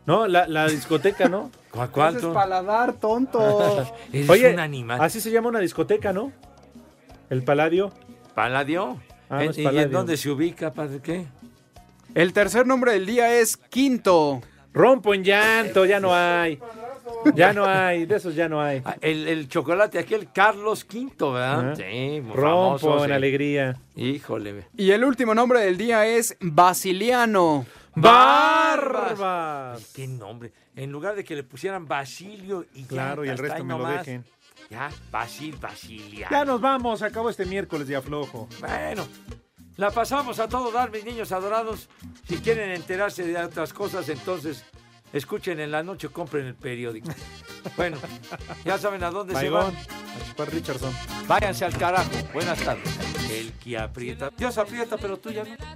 No, la, la discoteca, ¿no?
¿Cuál?
Ese es paladar, tonto.
Eres un animal.
Así se llama una discoteca, ¿no? El Paladio.
¿Paladio?
Ah,
¿En-
es
¿Y
Paladio.
en dónde se ubica, padre? ¿Qué?
El tercer nombre del día es Quinto.
Rompo en llanto, ya no hay. Ya no hay, de esos ya no hay.
Ah, El, el chocolate, aquel Carlos V, ¿verdad?
Ajá.
Sí, muy
Rompo
famoso,
en
sí.
alegría.
Híjole.
Y el último nombre del día es Basiliano.
¡Barbas! ¡Qué nombre! En lugar de que le pusieran Basilio y ya,
Claro, y el
hasta
resto
ahí
me lo
nomás.
dejen.
Ya, Basil, Basilia.
Ya nos vamos, acabo este miércoles de aflojo.
Bueno, la pasamos a todo dar, mis niños adorados. Si quieren enterarse de otras cosas, entonces escuchen en la noche, compren el periódico. Bueno, ya saben a dónde se van.
Baigón, a chupar Richardson.
Váyanse al carajo. Buenas tardes. El que aprieta. Dios aprieta, pero tú ya no.